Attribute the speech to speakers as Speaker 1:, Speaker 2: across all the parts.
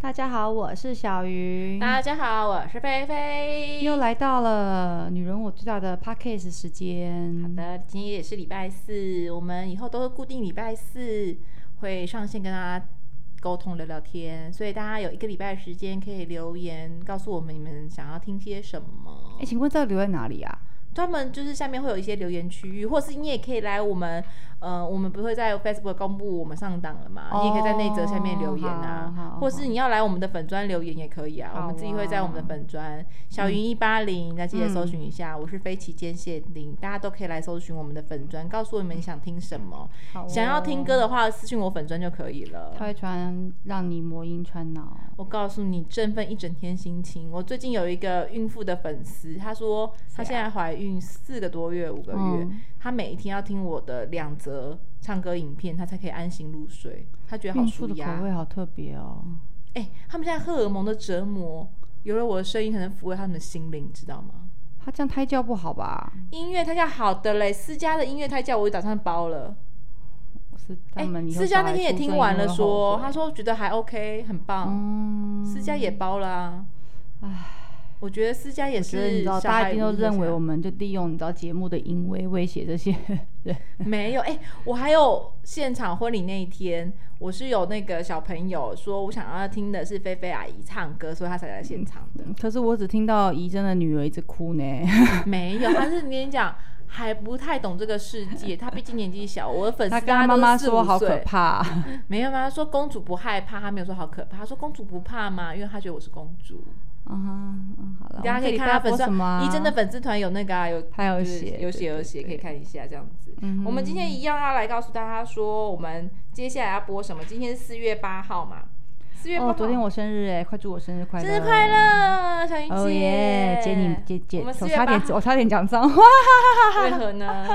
Speaker 1: 大家好，我是小鱼，
Speaker 2: 大家好，我是菲菲。
Speaker 1: 又来到了女人我最大的 podcast 时间。
Speaker 2: 好，的，今天也是礼拜四，我们以后都会固定礼拜四会上线跟大家沟通聊聊天，所以大家有一个礼拜的时间可以留言告诉我们你们想要听些什么
Speaker 1: 哎，。请问这个留在哪里啊？
Speaker 2: 专门就是下面会有一些留言区域，或是你也可以来我们，呃，我们不会在 Facebook 公布我们上档了嘛？
Speaker 1: 哦
Speaker 2: 啊你也可以在内则下面留言啊，
Speaker 1: 好好好
Speaker 2: 或是你要来我们的粉砖留言也可以
Speaker 1: 哦
Speaker 2: 啊。
Speaker 1: 好啊嗯
Speaker 2: 我们自己会在我们的粉砖小云一八零，大家记得搜寻一下。我是飞奇间限定，大家都可以来搜寻我们的粉砖，告诉我们想听什么。
Speaker 1: 好哦
Speaker 2: 想要听歌，的话，私信我粉砖就可以了
Speaker 1: 他。会传让你魔音穿脑。
Speaker 2: 我告诉你，振奋一整天心情。我最近有一个孕妇的粉丝，她说她现在怀孕四个多月、五个月，
Speaker 1: 啊嗯
Speaker 2: 她每一天要听我的两则唱歌影片，她才可以安心入睡。她觉得好
Speaker 1: 孕妇
Speaker 2: 舒
Speaker 1: 的口
Speaker 2: 压
Speaker 1: 味。好特别哦。
Speaker 2: 哎、他们现在荷尔蒙的折磨，有了我的声音才能抚慰他们的心灵，你知道吗？
Speaker 1: 他这样胎教不好吧？
Speaker 2: 音乐胎教好的嘞，私家的音乐胎教我打算包了。
Speaker 1: 我是他
Speaker 2: 哎、
Speaker 1: 们以后
Speaker 2: 私家
Speaker 1: 小孩
Speaker 2: 那天也
Speaker 1: 出
Speaker 2: 听
Speaker 1: 生
Speaker 2: 完
Speaker 1: 以后
Speaker 2: 了
Speaker 1: 会
Speaker 2: 说，
Speaker 1: 后悔
Speaker 2: 她说觉得还 OK，很棒。
Speaker 1: 嗯，
Speaker 2: 私家也包啦、我觉得私家也
Speaker 1: 所以你
Speaker 2: 是
Speaker 1: 知
Speaker 2: 小
Speaker 1: 道，大
Speaker 2: 孩
Speaker 1: 家一定都
Speaker 2: 无辜的
Speaker 1: 认为
Speaker 2: 小孩
Speaker 1: 我们就利用你知道节目的淫威威胁这些 人。
Speaker 2: 没有。哎、我还有现场婚礼那一天，我是有那个小朋友说，我想要听的是菲菲阿姨唱歌，所以他才来现场的。
Speaker 1: 可是我只听到怡珍的女儿一直哭呢。
Speaker 2: 没有，他是跟你讲还不太懂这个世 界，他毕竟年纪小，我的粉丝
Speaker 1: 她跟
Speaker 2: 大
Speaker 1: 她
Speaker 2: 家都
Speaker 1: 妈
Speaker 2: 是
Speaker 1: 妈
Speaker 2: 四
Speaker 1: 说
Speaker 2: 五
Speaker 1: 好可
Speaker 2: 岁。
Speaker 1: 怕。
Speaker 2: 没有吗？他说公主不害怕，他没有说好可怕，他说公主不怕吗？因为他觉得我是公主。
Speaker 1: 嗯哼，嗯，好了，
Speaker 2: 大家可以看他
Speaker 1: 他
Speaker 2: 粉丝
Speaker 1: 什么、
Speaker 2: 团，
Speaker 1: 啊，
Speaker 2: 怡珍的粉丝团有那个啊，有
Speaker 1: 他有
Speaker 2: 就是
Speaker 1: 写
Speaker 2: 有
Speaker 1: 对
Speaker 2: 写有
Speaker 1: 对
Speaker 2: 写，可
Speaker 1: 对
Speaker 2: 以看一下这样子。
Speaker 1: 嗯哼
Speaker 2: 我们今天一样要来告诉大家说，我们接下来要播什么？今天是四月八号嘛，四月八号、
Speaker 1: 哦，昨天我生日哎，快祝我生日快乐，
Speaker 2: 生日快！乐，小云姐，
Speaker 1: 哦耶，姐你姐姐，
Speaker 2: 我
Speaker 1: 我
Speaker 2: 们四月
Speaker 1: 差
Speaker 2: 八
Speaker 1: 点
Speaker 2: 号
Speaker 1: 我差点讲脏 话，
Speaker 2: 为何 呢？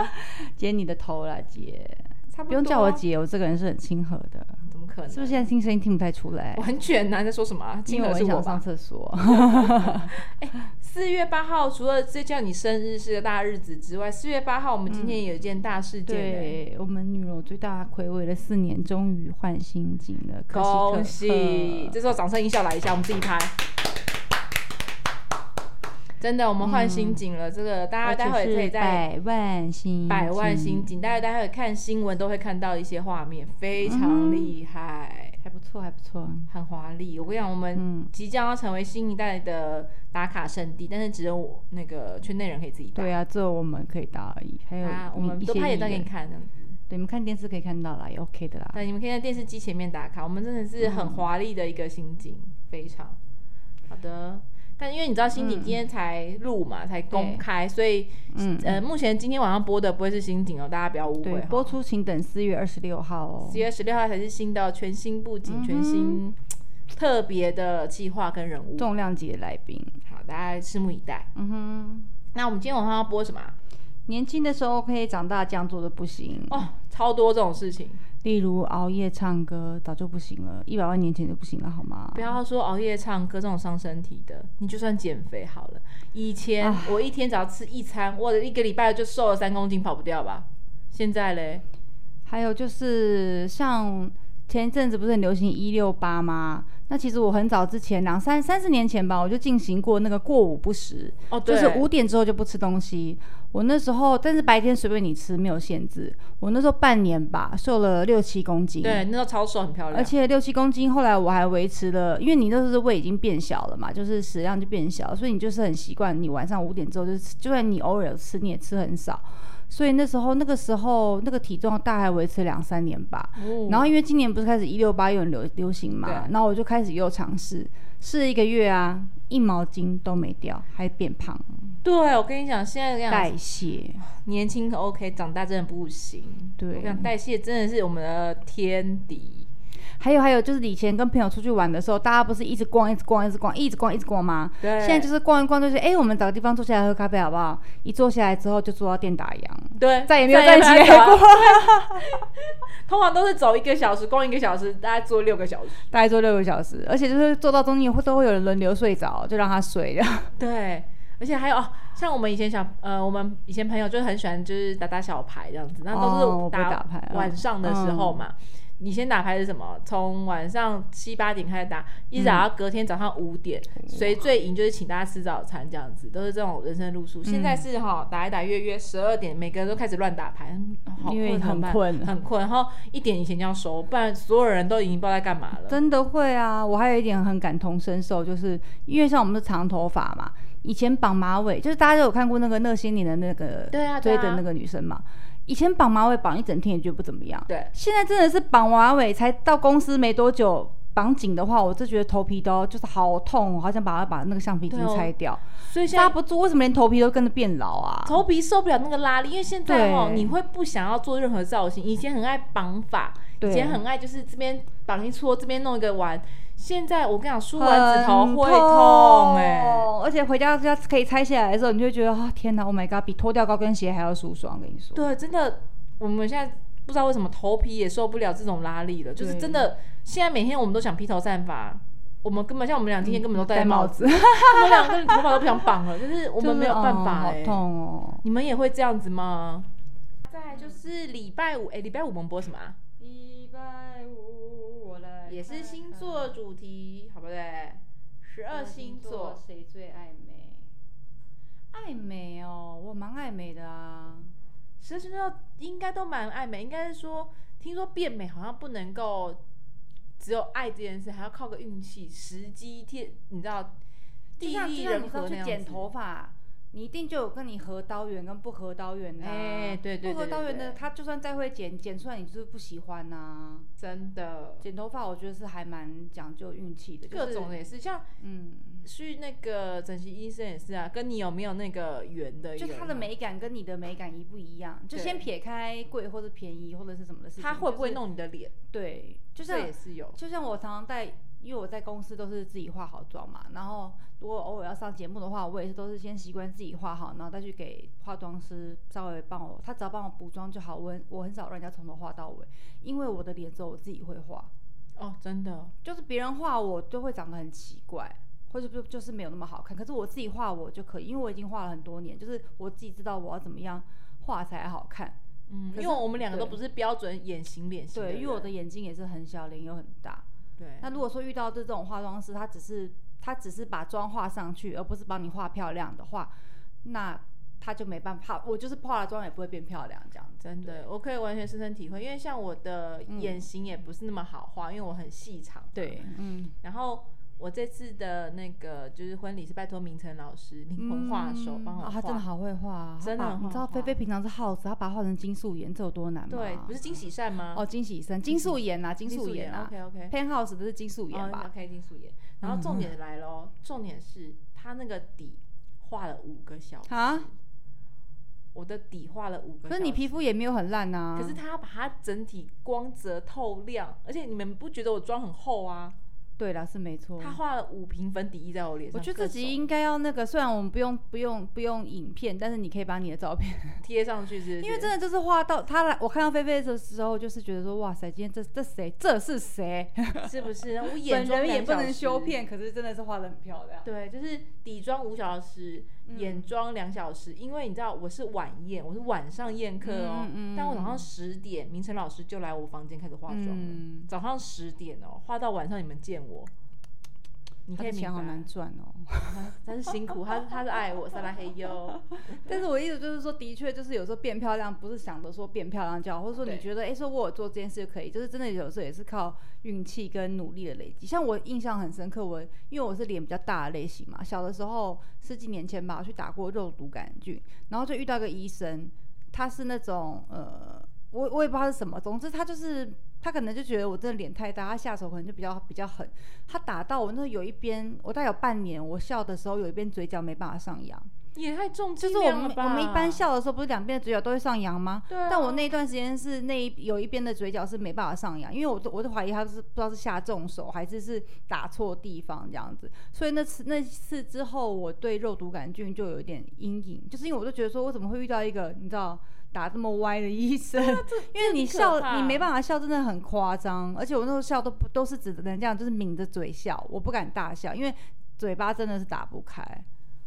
Speaker 1: 姐你的头啦，姐，
Speaker 2: 差不多啊
Speaker 1: 不用叫我，姐，我这个人是很亲和的，
Speaker 2: 怎么可能？
Speaker 1: 是不是现在听声音听不太出来
Speaker 2: 我？很卷呐、你在说什么、 啊？
Speaker 1: 因
Speaker 2: 亲
Speaker 1: 为
Speaker 2: 的
Speaker 1: 我
Speaker 2: 是
Speaker 1: 很
Speaker 2: 我
Speaker 1: 想上
Speaker 2: 吧。
Speaker 1: 厕 所，
Speaker 2: 四月八号，除了这叫你生日是个大日子之外，四月八号我们今天有一件大事件、欸
Speaker 1: 嗯对我们女人最大暌违了四年，终于换新景了，可喜可贺
Speaker 2: 恭喜！这时候掌声音效来一下，我们自己拍。真的，我们换新景了，这个大家
Speaker 1: 嗯
Speaker 2: 待会
Speaker 1: 而且
Speaker 2: 可以
Speaker 1: 是
Speaker 2: 在
Speaker 1: 百万新
Speaker 2: 百万新景，大家待会看新闻都会看到一些画面，非常厉害，
Speaker 1: 还不错，还不错，
Speaker 2: 很华丽。我跟你讲，我
Speaker 1: 嗯
Speaker 2: 们即将要成为新一代的打卡圣地，但是只有我那个圈内人可以自己打。
Speaker 1: 对啊，只有我们可以打而已，还有
Speaker 2: 啊，我
Speaker 1: 哎你
Speaker 2: 们
Speaker 1: 一
Speaker 2: 都
Speaker 1: 些
Speaker 2: 拍
Speaker 1: 艺
Speaker 2: 点照给
Speaker 1: 人
Speaker 2: 你看，这样子。
Speaker 1: 对，你们看电视可以看到啦，也 OK 的啦。
Speaker 2: 对，你们可以在电视机前面打卡，我们真的是很
Speaker 1: 嗯
Speaker 2: 华丽的一个新景，非常好的。但因为你知道新景今天才录嘛，才公开，所以、
Speaker 1: 嗯，
Speaker 2: 呃，目前今天晚上播的不会是新景哦，大家不要误
Speaker 1: 对
Speaker 2: 会，
Speaker 1: 播
Speaker 2: 哈。
Speaker 1: 出请等四月二十六号哦
Speaker 2: 十。月十六号才是新的全新布
Speaker 1: 嗯
Speaker 2: 景、全新特别的计划跟人物。
Speaker 1: 重量级的来宾，
Speaker 2: 好，大家拭目以待。
Speaker 1: 嗯哼，
Speaker 2: 那我们今天晚上要播什么啊、
Speaker 1: 年轻的时候可以，长大这样做的不行。
Speaker 2: 哦，超多这种事情，
Speaker 1: 例如熬夜唱歌，早就不行了，一百万年前就不行了，好吗？
Speaker 2: 不要说熬夜唱歌这种伤身体的，你就算减肥好了。以前我一天只要吃一餐，我一个礼拜就瘦了三公斤，跑不掉吧？现在嘞，
Speaker 1: 还有就是像前一阵子不是很流行一六八吗？那其实我很早之前两三三四年前吧，我就进行过那个过午不食，
Speaker 2: 哦，对，
Speaker 1: 就是五点之后就不吃东西。我那时候，但是白天随便你吃，没有限制。我那时候半年吧，瘦了六七公斤，
Speaker 2: 对，那时候超瘦，很漂亮。
Speaker 1: 而且六七公斤，后来我还维持了，因为你那时候是胃已经变小了嘛，就是食量就变小，所以你就是很习惯，你晚上五点之后就是吃，就算你偶尔有吃，你也吃很少。所以那时候那个时候那个体重大概维持两三年吧。然后因为今年不是开始一六八又很流流行嘛
Speaker 2: 嗯对，
Speaker 1: 然后我就开始又尝试，试了一个月啊，一毛巾都没掉，还变胖，
Speaker 2: 对我跟你讲，现在这样
Speaker 1: 代谢。
Speaker 2: 年轻 OK，长大真的不行。
Speaker 1: 对
Speaker 2: 我跟你讲代谢真的是我们的天敌。
Speaker 1: 还有还有，就是以前跟朋友出去玩的时候，大家不是一直逛、一直逛、一直逛、一直逛、一直逛吗？
Speaker 2: 对
Speaker 1: 现在就是逛一逛，就是哎、诶我们找个地方坐下来喝咖啡好不好？一坐下来之后就坐到店打 烊，
Speaker 2: 对，
Speaker 1: 再也没有站起
Speaker 2: 没有
Speaker 1: 来过
Speaker 2: 办法。， 通常都是走一个小时，逛一个小时，大概坐六个小时。
Speaker 1: 大概坐六个小时，而且就是坐到中间会都会有人轮流睡着，就让他睡 了。
Speaker 2: 对，而且还有、哦、像我们以前小呃，我们以前朋友就是很喜欢就是打打小牌这样子，那
Speaker 1: 哦
Speaker 2: 都
Speaker 1: 我
Speaker 2: 是
Speaker 1: 不
Speaker 2: 打,、
Speaker 1: 打牌嗯
Speaker 2: 晚上的时候嘛。你先打牌是什么？从晚上七八点开始打，一直打到隔天早上五点，
Speaker 1: 嗯
Speaker 2: 谁、最赢就是请大家吃早餐，这样子都是这种人生路数。现
Speaker 1: 嗯
Speaker 2: 在是哈、打一打约约十二点，每个人都开始乱打牌，好
Speaker 1: 哦因为
Speaker 2: 困，
Speaker 1: 很
Speaker 2: 怎么办
Speaker 1: 困
Speaker 2: 很困。然后一点以前就要收，不然所有人都已经不知道在干嘛了。
Speaker 1: 真的会啊！我还有一点很感同身受，就是因为像我们是长头发嘛，以前绑马尾，就是大家都有看过那个那些年的那个
Speaker 2: 对啊
Speaker 1: 追
Speaker 2: 对啊
Speaker 1: 的那个女生嘛，以前绑马尾绑一整天也觉得不怎么样，
Speaker 2: 对，
Speaker 1: 现在真的是绑马尾才到公司没多久。绑紧的话，我就觉得头皮都就是好痛，我好想把它把那个橡皮筋
Speaker 2: 对哦
Speaker 1: 拆掉。
Speaker 2: 所以现
Speaker 1: 刹
Speaker 2: 在
Speaker 1: 不住，为什么连头皮都跟着变老啊？
Speaker 2: 头皮受不了那个拉力，因为现在哦，
Speaker 1: 对
Speaker 2: 你会不想要做任何造型。以前很爱绑发，
Speaker 1: 对
Speaker 2: 以前很爱就是这边绑一撮，这边弄一个丸。现在我跟你讲，梳完指头会
Speaker 1: 很
Speaker 2: 痛哎、
Speaker 1: 而且回家要可以拆下来的时候，你就会觉得啊、天哪，Oh my god，比脱掉高跟鞋还要舒爽，跟你说。
Speaker 2: 对，真的，我们现在不知道为什么头皮也受不了这种拉力了，就是
Speaker 1: 对
Speaker 2: 真的，现在每天我们都想披头散发。我们根本像我们俩今天根本都
Speaker 1: 嗯
Speaker 2: 戴
Speaker 1: 戴
Speaker 2: 帽
Speaker 1: 帽
Speaker 2: 子，
Speaker 1: 子，
Speaker 2: 我们两个头发都不想绑 了，就是我
Speaker 1: 我
Speaker 2: 们没有办法、
Speaker 1: 好
Speaker 2: 哎。
Speaker 1: 痛哦。
Speaker 2: 你们也会这样子吗？再来就是礼拜五，哎、礼拜五我们播什么啊？
Speaker 1: 礼拜五我来
Speaker 2: 也是星座
Speaker 1: 嗯
Speaker 2: 主题，好不对？十二星座，
Speaker 1: 谁最爱美？爱美哦，我蛮爱美的啊。
Speaker 2: 十二星座应该都蛮爱美，应该是说，听说变美好像不能够只有爱这件事，还要靠个运气、时机、天，你知道
Speaker 1: 就
Speaker 2: 地
Speaker 1: 像
Speaker 2: 利
Speaker 1: 就像
Speaker 2: 人
Speaker 1: 你
Speaker 2: 和
Speaker 1: 说
Speaker 2: 那
Speaker 1: 去
Speaker 2: 样
Speaker 1: 剪
Speaker 2: 子
Speaker 1: 头发，你一定就有跟你合刀缘跟不合刀缘的、啊。
Speaker 2: 哎对对
Speaker 1: 不合
Speaker 2: 对
Speaker 1: 刀
Speaker 2: 对
Speaker 1: 缘的，
Speaker 2: 对
Speaker 1: 他就算再会剪，剪出来你就是不喜欢呐、
Speaker 2: 真的，
Speaker 1: 剪头发我觉得是还蛮讲究运气的，
Speaker 2: 各种的
Speaker 1: 的，
Speaker 2: 也是，像
Speaker 1: 嗯，
Speaker 2: 去那个整形医生也是啊，跟你有没有那个缘的
Speaker 1: 就
Speaker 2: 缘
Speaker 1: 它的
Speaker 2: 啊
Speaker 1: 美感跟你的美感一不一样，就
Speaker 2: 对
Speaker 1: 先撇开贵或者便宜或者是什么的事情，
Speaker 2: 他会不会
Speaker 1: 就是？
Speaker 2: 弄你的脸？
Speaker 1: 对，就
Speaker 2: 这
Speaker 1: 像
Speaker 2: 也是有，
Speaker 1: 就像我常常带，因为我在公司都是自己化好妆嘛，然后如果偶尔要上节目的话，我也是都是先习惯自己化好，然后再去给化妆师稍微帮我，他只要帮我补妆就好，我很我很少让人家从头化到尾，因为我的脸只有我自己会画，
Speaker 2: 哦，真的，
Speaker 1: 就是别人画我就会长得很奇怪，或者就就是没有那么好看。可是我自己画我就可以，因为我已经画了很多年，就是我自己知道我要怎么样画才好看。
Speaker 2: 嗯，
Speaker 1: 可
Speaker 2: 因为
Speaker 1: 是
Speaker 2: 我们两个都
Speaker 1: 对
Speaker 2: 不是标准眼型脸型
Speaker 1: 对，因为我的
Speaker 2: 人
Speaker 1: 眼睛也是很小，脸又很大。
Speaker 2: 对，
Speaker 1: 那如果说遇到这种化妆师，他只是他只是把妆画上去，而不是帮你画漂亮的话，那他就没办法。我就是化了妆也不会变漂亮这样子。
Speaker 2: 真的，我可以完全深深体会，因为像我的眼型也不是那么好画，因为我很细长。，
Speaker 1: 嗯对，嗯，
Speaker 2: 然后我这次的那个就是婚礼是拜托明成老师灵魂画手帮我
Speaker 1: 啊
Speaker 2: 画，
Speaker 1: 他真的好会画啊，他
Speaker 2: 真的
Speaker 1: 把
Speaker 2: 很
Speaker 1: 你
Speaker 2: 会
Speaker 1: 知道
Speaker 2: 画
Speaker 1: 菲菲平常是耗子，她把它画成金素妍，这有多难吗？
Speaker 2: 对，不是金喜善吗？
Speaker 1: 哦，，金喜生，金素妍啊，金
Speaker 2: 金
Speaker 1: 素
Speaker 2: 素
Speaker 1: 妍啊
Speaker 2: OK OK，
Speaker 1: ，Penthouse 的是金素妍
Speaker 2: 哦
Speaker 1: 吧？嗯
Speaker 2: ，OK 金素妍。然后重点来了哦，重点是他那个底画了五个小时，
Speaker 1: 啊，
Speaker 2: 我的底画了五个小时，
Speaker 1: 可是你皮肤也没有很烂啊。
Speaker 2: 可是它把它整体光泽透亮，而且你们不觉得我妆很厚啊？
Speaker 1: 对啦，是没错。
Speaker 2: 他画了五瓶粉底液在我脸
Speaker 1: 嗯我
Speaker 2: 上，
Speaker 1: 觉得
Speaker 2: 各
Speaker 1: 自己
Speaker 2: 种
Speaker 1: 应该要那个，虽然我们不用不用不用影片，但是你可以把你的照片，
Speaker 2: 贴上去是不是，
Speaker 1: 因为真的就是画到他来，我看到菲菲的时候，就是觉得说，哇塞，今天这这谁，这是谁？
Speaker 2: 是不是？我 眼
Speaker 1: 本
Speaker 2: 妆
Speaker 1: 人也
Speaker 2: 两
Speaker 1: 不
Speaker 2: 小
Speaker 1: 能
Speaker 2: 时
Speaker 1: 修片，，可是真的是画的很漂亮。
Speaker 2: 对，就是底妆五小时，
Speaker 1: 嗯
Speaker 2: 眼妆两小时，因为你知道我是晚宴，我是晚上宴客哦，
Speaker 1: 嗯嗯
Speaker 2: 但我早上十点，明成老师就来我房间开始化妆了，
Speaker 1: 嗯
Speaker 2: 早上十点哦，化到晚上你们见我。你
Speaker 1: 他
Speaker 2: 可以
Speaker 1: 的钱
Speaker 2: 明
Speaker 1: 好
Speaker 2: 白
Speaker 1: 难，赚哦，
Speaker 2: 他是辛苦，他他是爱我，撒拉嘿哟。
Speaker 1: 但是我意思就是说，的确就是有时候变漂亮，不是想着说变漂亮就好，或者说你
Speaker 2: 对
Speaker 1: 觉得哎、诶说我有做这件事就可以，就是真的有时候也是靠运气跟努力的累积。像我印象很深刻，我因为我是脸比较大的类型嘛，小的时候十几年前吧，我去打过肉毒杆菌，然后就遇到一个医生。他是那种呃，我我也不知道是什么，总之他就是他可能就觉得我真的脸太大，他下手可能就比较比较狠。他打到我那有一边，我大概有半年，我笑的时候有一边嘴角没办法上扬，
Speaker 2: 也太重
Speaker 1: 就
Speaker 2: 剂
Speaker 1: 是我
Speaker 2: 量了
Speaker 1: 们
Speaker 2: 吧？
Speaker 1: 我们一般，笑的时候不是两边的嘴角都会上扬吗？
Speaker 2: 对啊
Speaker 1: 但我那一段时间是那一有一边的嘴角是没办法上扬，因为我都我都怀疑他是不知道是下重手还是是打错地方这样子，所以那次那次之后，我对肉毒杆菌就有一点阴影，就是因为我就觉得说我怎么会遇到一个你知道打这么歪的医生，
Speaker 2: 啊
Speaker 1: 因为你
Speaker 2: 很可
Speaker 1: 笑
Speaker 2: 怕
Speaker 1: 你没办法笑，真的很夸张，而且我那时候笑都不都是只能这样，就是抿着嘴笑，我不敢大笑，因为嘴巴真的是打不开。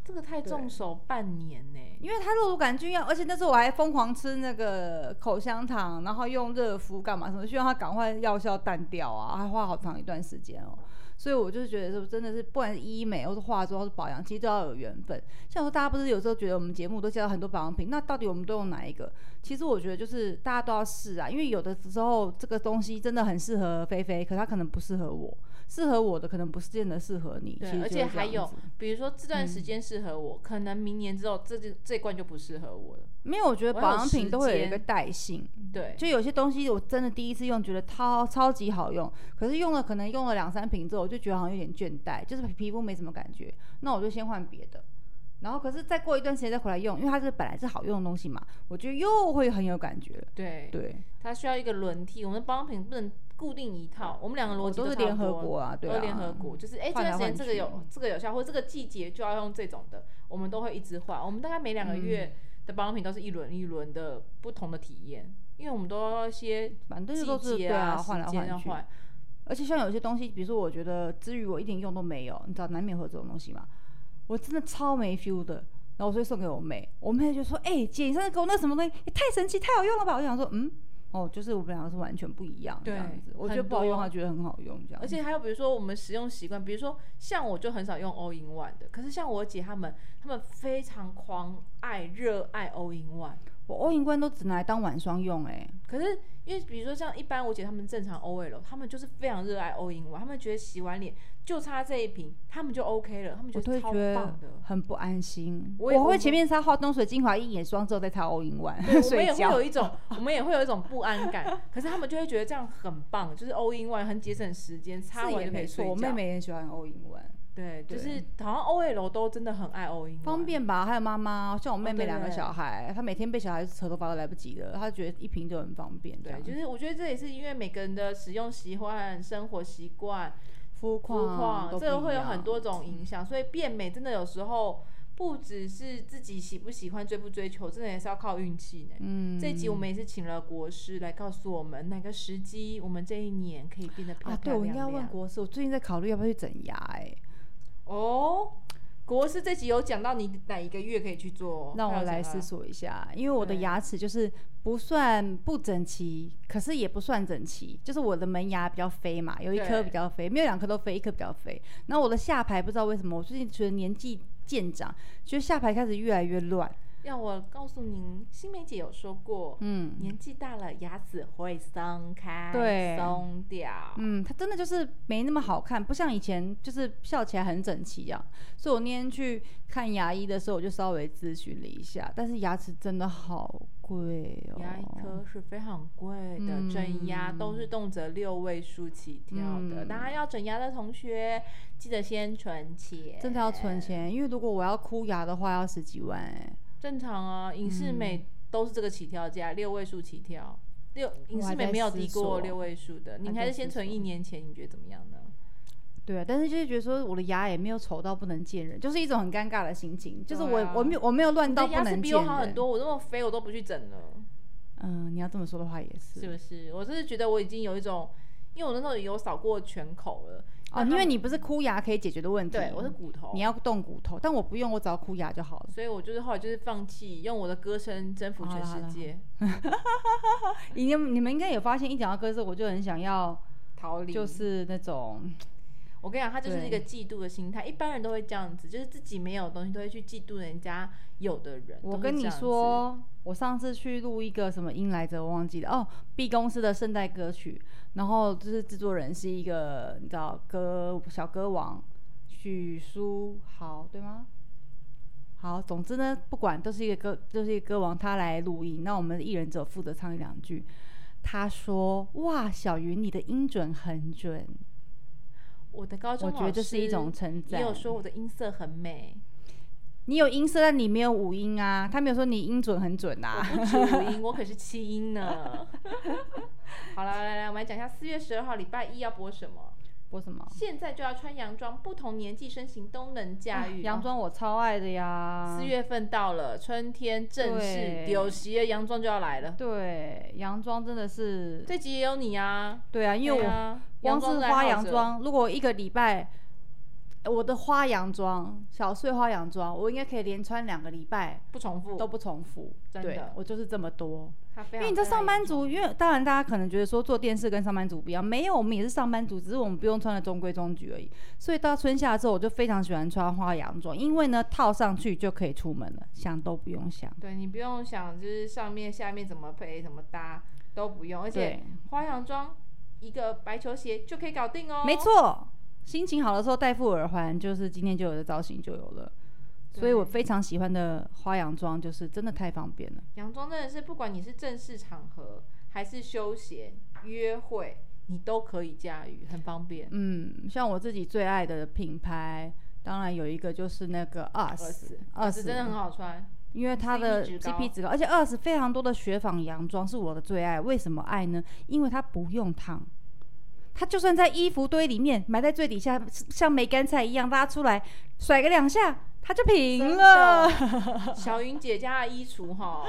Speaker 2: 这个太重手半年呢、
Speaker 1: 因为它肉毒杆菌要，而且那时候我还疯狂吃那个口香糖，然后用热敷干嘛什么，希望它赶快药效淡掉啊，还花好长一段时间哦。所以我就觉得说，真的是不管是医美，或是化妆，或是保养，其实都要有缘分。像说大家不是有时候觉得我们节目都介绍很多保养品，那到底我们都用哪一个？其实我觉得就是大家都要试啊，因为有的时候这个东西真的很适合菲菲，可它可能不适合我，适合我的可能不见得适合你。其实
Speaker 2: 对，而
Speaker 1: 就
Speaker 2: 且
Speaker 1: 是这
Speaker 2: 还
Speaker 1: 样
Speaker 2: 有
Speaker 1: 子，
Speaker 2: 比如说这段时
Speaker 1: 嗯
Speaker 2: 间适合我，可能明年之后这就这罐就不适合我了。
Speaker 1: 没有，我觉得
Speaker 2: 我
Speaker 1: 保
Speaker 2: 有
Speaker 1: 养品
Speaker 2: 时
Speaker 1: 都会有一
Speaker 2: 间
Speaker 1: 个代性。
Speaker 2: 对，
Speaker 1: 嗯就有些东西我真的第一次用，觉得超超级好用，可是用了可能用了两三瓶之后，我就觉得好像有点倦怠，就是皮肤没什么感觉，那我就先换别的。然后可是再过一段时间再回来用，因为它是本来是好用的东西嘛，我觉得又会很有感觉了。
Speaker 2: 对，
Speaker 1: 对，
Speaker 2: 它需要一个轮替。我们的保养品不能固定一套，我们两个逻辑
Speaker 1: 都是
Speaker 2: 差不
Speaker 1: 联合
Speaker 2: 多
Speaker 1: 国啊，对
Speaker 2: 都
Speaker 1: 啊，
Speaker 2: 是联合国，就是哎、这
Speaker 1: 换来
Speaker 2: 段时
Speaker 1: 换
Speaker 2: 间这个有
Speaker 1: 去
Speaker 2: 这个有效，或者这个季节就要用这种的，我们都会一直换。我们大概每两个月
Speaker 1: 嗯
Speaker 2: 的保养品都是一轮一轮的不同的体验，因为我们都要一些
Speaker 1: 反正都是
Speaker 2: 季节
Speaker 1: 对啊，换
Speaker 2: 时
Speaker 1: 来
Speaker 2: 间要
Speaker 1: 换去。
Speaker 2: 换。
Speaker 1: 而且像有些东西，比如说我觉得至于我一点用都没有，你知道难免会有这种东西嘛，我真的超没 feel 的。然后我就送给我妹，我妹就说：“哎、姐，你上次给我那什么东西，也太神奇，太好用了吧！”我就想说，嗯，哦，就是我们两个是完全不一样这
Speaker 2: 对
Speaker 1: 样子。我觉
Speaker 2: 很
Speaker 1: 得不好用，
Speaker 2: 多
Speaker 1: 她觉得很好用这样。
Speaker 2: 而且还有比如说我们使用习惯，比如说像我就很少用 all in one 的，可是像我姐她们，她们非常狂爱热爱 all in one。
Speaker 1: 我欧银冠都只拿来当晚霜用、哎，
Speaker 2: 可是因为比如说像一般我姐她们正常 OL，她们就是非常热爱 O 因 one，她们觉得洗完脸就擦这一瓶，她们就 OK 了，她们觉
Speaker 1: 我都
Speaker 2: 得
Speaker 1: 会
Speaker 2: 超
Speaker 1: 觉得
Speaker 2: 棒的。
Speaker 1: 很不安心。
Speaker 2: 我
Speaker 1: 我
Speaker 2: 也
Speaker 1: 会前面擦化妆水、精华液、眼霜之后再擦欧银冠
Speaker 2: 对，我们
Speaker 1: 睡
Speaker 2: 也会有
Speaker 1: 觉。
Speaker 2: 一种，我们也会有一种不安感，可是她们就会觉得这样很棒，就是 O 因 one 很节省时间，擦
Speaker 1: 是
Speaker 2: 完
Speaker 1: 也
Speaker 2: 就可
Speaker 1: 没
Speaker 2: 以睡
Speaker 1: 错，
Speaker 2: 觉。
Speaker 1: 我妹妹也喜欢欧银冠。
Speaker 2: 对，就
Speaker 1: 对
Speaker 2: 是好像 OL 都真的很爱 O 因 one，
Speaker 1: 方便吧？还有妈妈，像我妹
Speaker 2: 哦对
Speaker 1: 妹两个小孩，她每天被小孩子扯头发都来不及了，她觉得一瓶就很方便，这
Speaker 2: 对，
Speaker 1: 样
Speaker 2: 就是我觉得这也是因为每个人的使用习惯、生活习惯
Speaker 1: 肤
Speaker 2: 肤
Speaker 1: 况
Speaker 2: 况，
Speaker 1: 都
Speaker 2: 这个
Speaker 1: 不一
Speaker 2: 会有
Speaker 1: 样嗯
Speaker 2: 很多种影响，所以变美真的有时候不只是自己喜不喜欢、追不追求，真的也是要靠运气呢。
Speaker 1: 嗯
Speaker 2: 这一集我们也是请了国师来告诉我们哪个时机，我们这一年可以变得漂
Speaker 1: 啊，对
Speaker 2: 漂亮
Speaker 1: 我应
Speaker 2: 亮。
Speaker 1: 该问国师，我最近在考虑要不要去整牙、哎，
Speaker 2: 哦，国师这集有讲到你哪一个月可以去做哦，
Speaker 1: 让
Speaker 2: 他
Speaker 1: 我
Speaker 2: 有讲
Speaker 1: 来
Speaker 2: 到
Speaker 1: 思。索一下，因为我的
Speaker 2: 对
Speaker 1: 牙齿就是不算不整齐，可是也不算整齐，就是我的门牙比较飞嘛，有一颗
Speaker 2: 对
Speaker 1: 比较飞，没有两颗都飞，一颗比较飞。然后我的下排不知道为什么，我最近觉得年纪渐长，觉得下排开始越来越乱，
Speaker 2: 要我告诉您，新梅姐有说过，
Speaker 1: 嗯。
Speaker 2: 年纪大了牙齿会松开，
Speaker 1: 对
Speaker 2: 松掉。
Speaker 1: 嗯，它真的就是没那么好看，不像以前就是笑起来很整齐一样。所以我那天去看牙医的时候，我就稍微咨询了一下，但是牙齿真的好贵哦，
Speaker 2: 牙医科是非常贵的，
Speaker 1: 嗯
Speaker 2: 整牙都是动辄六位数起跳的。
Speaker 1: 嗯
Speaker 2: 大家要整牙的同学，记得先存钱，
Speaker 1: 真的要存。钱，因为如果我要箍牙的话，要十几万哎、
Speaker 2: 正常啊，影视美都是这个起跳价，
Speaker 1: 嗯
Speaker 2: 六位数起跳。六影视美没有低过六位数的，您还是先存一年前，你觉得怎么样呢？
Speaker 1: 对啊，但是就是觉得说我的牙也没有丑到不能见人，就是一种很尴尬的心情，就是
Speaker 2: 对
Speaker 1: 我、
Speaker 2: 啊
Speaker 1: 我没有我没有乱
Speaker 2: 你
Speaker 1: 到
Speaker 2: 的
Speaker 1: 不
Speaker 2: 牙齿
Speaker 1: 能
Speaker 2: 比
Speaker 1: 见
Speaker 2: 我
Speaker 1: 人。
Speaker 2: 好很多，我那么肥我都不去整了，
Speaker 1: 嗯，你要这么说的话也是
Speaker 2: 是不是？我就是觉得我已经有一种，因为我那时候有扫过全口了，
Speaker 1: 哦，
Speaker 2: 那
Speaker 1: 因
Speaker 2: 他
Speaker 1: 为
Speaker 2: 们
Speaker 1: 你不是箍牙可以解决的问题，
Speaker 2: 对我是骨头，
Speaker 1: 你要动骨头，但我不用，我只要箍牙就好了。
Speaker 2: 所以我就是后来就是放弃，用我的歌声征服全世界，
Speaker 1: 你们你们应该有发现，一讲到歌手，我就很想
Speaker 2: 嗯
Speaker 1: 要，
Speaker 2: 逃离。
Speaker 1: 就是那种
Speaker 2: 我跟你讲，他就是
Speaker 1: 对
Speaker 2: 一个嫉妒的心态，一般人都会这样子，就是自己没有的东西都会去嫉妒人家有的人。
Speaker 1: 我
Speaker 2: 都是
Speaker 1: 跟
Speaker 2: 这
Speaker 1: 你
Speaker 2: 样子，
Speaker 1: 说，我上次去录一个什么音来着，我忘记了哦，B 公司的圣代歌曲，然后就是制作人是一个你知道歌小歌王许书豪对吗？好，总之呢，不管都是一个歌，就是一个歌王他来录音，那我们艺人只有负责唱一两句。他说：“哇，小云，你的音准很准，
Speaker 2: 我的高中
Speaker 1: 我觉得这是一种称
Speaker 2: 也
Speaker 1: 赞。
Speaker 2: 有说我的音色很美，
Speaker 1: 你有音色，但你没有五音啊。他没有说你音准很准啊。
Speaker 2: 不止五音，我可是七音呢。 好了，来来，我们来讲一下四月十二号礼拜一要播什么。
Speaker 1: 播什么？
Speaker 2: 现在就要穿洋装，不同年纪身形都能驾
Speaker 1: 啊
Speaker 2: 驭。
Speaker 1: 洋装我超爱的呀。
Speaker 2: 啊四月份到了，春天正式
Speaker 1: 对
Speaker 2: 有喜的洋装就要来了。
Speaker 1: 对，洋装真的是
Speaker 2: 这集也有你啊，
Speaker 1: 对啊，因为
Speaker 2: 对
Speaker 1: 我
Speaker 2: 啊、
Speaker 1: 光
Speaker 2: 装
Speaker 1: 是
Speaker 2: 爱
Speaker 1: 花
Speaker 2: 好
Speaker 1: 洋
Speaker 2: 者，
Speaker 1: 装，如果一个礼拜，呃我的花洋装、小碎花洋装，我应该可以连穿两个礼拜
Speaker 2: 不重复，
Speaker 1: 都不重复。
Speaker 2: 真
Speaker 1: 对
Speaker 2: 的，
Speaker 1: 我就是这么多。
Speaker 2: 他非
Speaker 1: 因
Speaker 2: 常
Speaker 1: 为你知道
Speaker 2: 在
Speaker 1: 上
Speaker 2: 意
Speaker 1: 班族，因为当然大家可能觉得说做电视跟上班族不一样，没有，我们也是上班族，只是我们不用穿的中规中矩而已。所以到春夏之后，我就非常喜欢穿花洋装，因为呢套上去就可以出门了，想都不用想。
Speaker 2: 对你不用想，就是上面下面怎么配怎么搭都不用，而且
Speaker 1: 对，
Speaker 2: 花洋装一个白球鞋就可以搞定哦。
Speaker 1: 没，错，心情好的时候戴副耳环，就是今天就有的造型就有了。
Speaker 2: 对
Speaker 1: 所以我非常喜欢的花洋装，就是真的太方便了。
Speaker 2: 洋装真的是不管你是正式场合还是休闲约会，你都可以驾驭，很方便。
Speaker 1: 嗯，像我自己最爱的品牌，当然有一个就是那个 US，
Speaker 2: 十
Speaker 1: US
Speaker 2: 真的很好穿，
Speaker 1: 因为它的
Speaker 2: CP 值高
Speaker 1: CP 值高，而且 US 非常多的雪纺洋装是我的最爱。为什么爱呢？因为它不用烫，它就算在衣服堆里面埋在最底下，像梅干菜一样拉出来甩个两下，它就平
Speaker 2: 真
Speaker 1: 了。
Speaker 2: 的。小云姐家的衣 橱哈，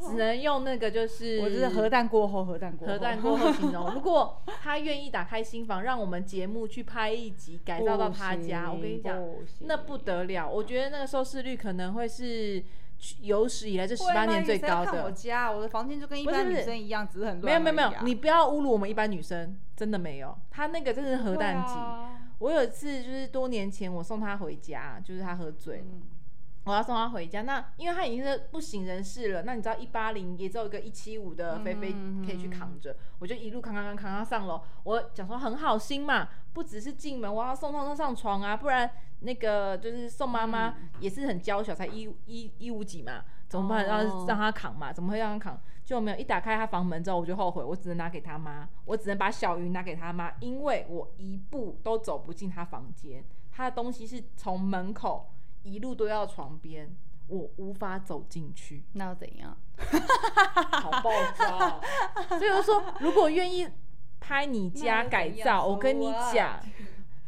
Speaker 2: 只能用那个就是
Speaker 1: 我就是核弹过后，核弹过后，
Speaker 2: 核弹 过后形容。如果他愿意打开心房，让我们节目去拍一集，改造到他
Speaker 1: 哦
Speaker 2: 家，我跟你讲，那不得了。我觉得那个收视率可能会是有史以来这十
Speaker 1: 不然
Speaker 2: 八
Speaker 1: 那
Speaker 2: 年
Speaker 1: 你
Speaker 2: 最
Speaker 1: 谁要
Speaker 2: 高
Speaker 1: 看我
Speaker 2: 的。
Speaker 1: 家，我的房间就跟一
Speaker 2: 不是
Speaker 1: 般
Speaker 2: 不
Speaker 1: 女
Speaker 2: 是
Speaker 1: 生一样，只是很
Speaker 2: 没
Speaker 1: 乱而已
Speaker 2: 有
Speaker 1: 啊。
Speaker 2: 没有没有，你不要侮辱我们一般女生，真的没有。他那个真的是
Speaker 1: 啊
Speaker 2: 核弹级。我有一次就是多年前，我送他回家，就是他喝醉
Speaker 1: 嗯
Speaker 2: 了，我要送他回家。那因为他已经是不省人事了，那你知道一八零也只有一个一七五的菲菲可以去扛着，我就一路扛扛扛扛他上楼。我讲说很好心嘛，不只是进门，我要送送送上床啊，不然那个就是送妈妈也是很娇小，才一一一五几嘛，怎么办？让、
Speaker 1: 嗯啊哦
Speaker 2: 让他扛嘛，怎么会让他扛？就没有一打开他房门之后，我就后悔，我只能拿给他妈，我只能把小云拿给他妈，因为我一步都走不进他房间，他的东西是从门口一路堆到床边，我无法走进 去，
Speaker 1: 那又怎样？
Speaker 2: 好暴躁哦。所以我说，如果愿意拍你家改造，我跟你讲，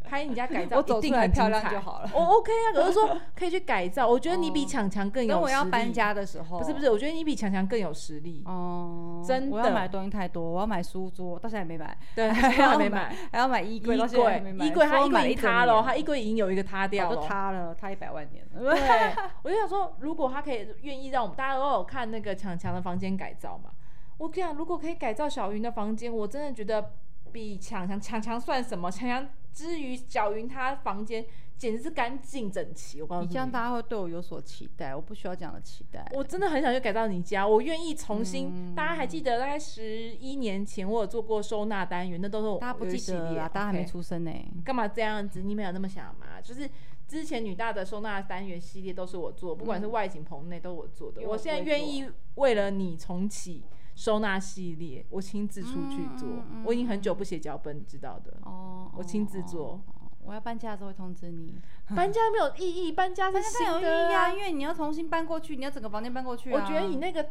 Speaker 2: 拍你家改造
Speaker 1: 我走
Speaker 2: 一定
Speaker 1: 出来
Speaker 2: 很精
Speaker 1: 漂亮
Speaker 2: 彩
Speaker 1: 就好了
Speaker 2: 我 OK 啊，可是 说可以去改造，我觉得你比
Speaker 1: 哦
Speaker 2: 强强更有
Speaker 1: 等我要
Speaker 2: 实
Speaker 1: 搬
Speaker 2: 力，
Speaker 1: 家的时候，
Speaker 2: 不是不是，我觉得你比强强更有实力。
Speaker 1: 哦，
Speaker 2: 真
Speaker 1: 我要
Speaker 2: 的
Speaker 1: 买的东西太多，我要买书桌，到现在还没买，
Speaker 2: 对，
Speaker 1: 还
Speaker 2: 还
Speaker 1: 要
Speaker 2: 没买。，
Speaker 1: 还要买衣
Speaker 2: 衣
Speaker 1: 柜，
Speaker 2: 柜
Speaker 1: 到现在还没，买
Speaker 2: 衣柜，
Speaker 1: 说
Speaker 2: 它衣
Speaker 1: 买
Speaker 2: 柜
Speaker 1: 了一
Speaker 2: 已
Speaker 1: 哦
Speaker 2: 经
Speaker 1: 整
Speaker 2: 塌了，
Speaker 1: 年
Speaker 2: 它衣柜已经有一个塌掉
Speaker 1: 早
Speaker 2: 了。
Speaker 1: 就塌了，塌一百万年了。
Speaker 2: 对， 我就想说，如果他可以愿意让我们大家都有看那个强强的房间改造嘛，我跟你讲，如果可以改造小云的房间，我真的觉得比强强强强算什么？强强之于小云她房间简直是干净整齐。我告诉
Speaker 1: 你
Speaker 2: 你，
Speaker 1: 这样大家会对我有所期待，我不需要这样的期待。
Speaker 2: 我真的很想去改造你家，我愿意重新。
Speaker 1: 嗯
Speaker 2: 大家还记得大概十一年前我有做过收纳单元，那都是我
Speaker 1: 大家不
Speaker 2: 有一
Speaker 1: 记
Speaker 2: 系
Speaker 1: 得
Speaker 2: 列
Speaker 1: 啦，大家还没
Speaker 2: OK
Speaker 1: 出生呢。
Speaker 2: 干嘛这样子？你们有那么想吗？就是之前女大的收纳单元系列都是我做，不管是外景棚内都我做的。
Speaker 1: 因为
Speaker 2: 我
Speaker 1: 我
Speaker 2: 现在
Speaker 1: 不会
Speaker 2: 愿意为了你重启收纳系列，我亲自出去做。
Speaker 1: 嗯嗯嗯
Speaker 2: 我已经很久不写脚本，你 知道的。
Speaker 1: 哦，
Speaker 2: 我亲自做
Speaker 1: 哦。哦我要搬家的时候会通知你。
Speaker 2: 搬家没有意义，搬家是
Speaker 1: 搬家
Speaker 2: 新
Speaker 1: 太有意
Speaker 2: 的
Speaker 1: 义啊，
Speaker 2: 啊、
Speaker 1: 因为你要重新搬过去，你要整个房间搬过去、啊。
Speaker 2: 我觉得你那个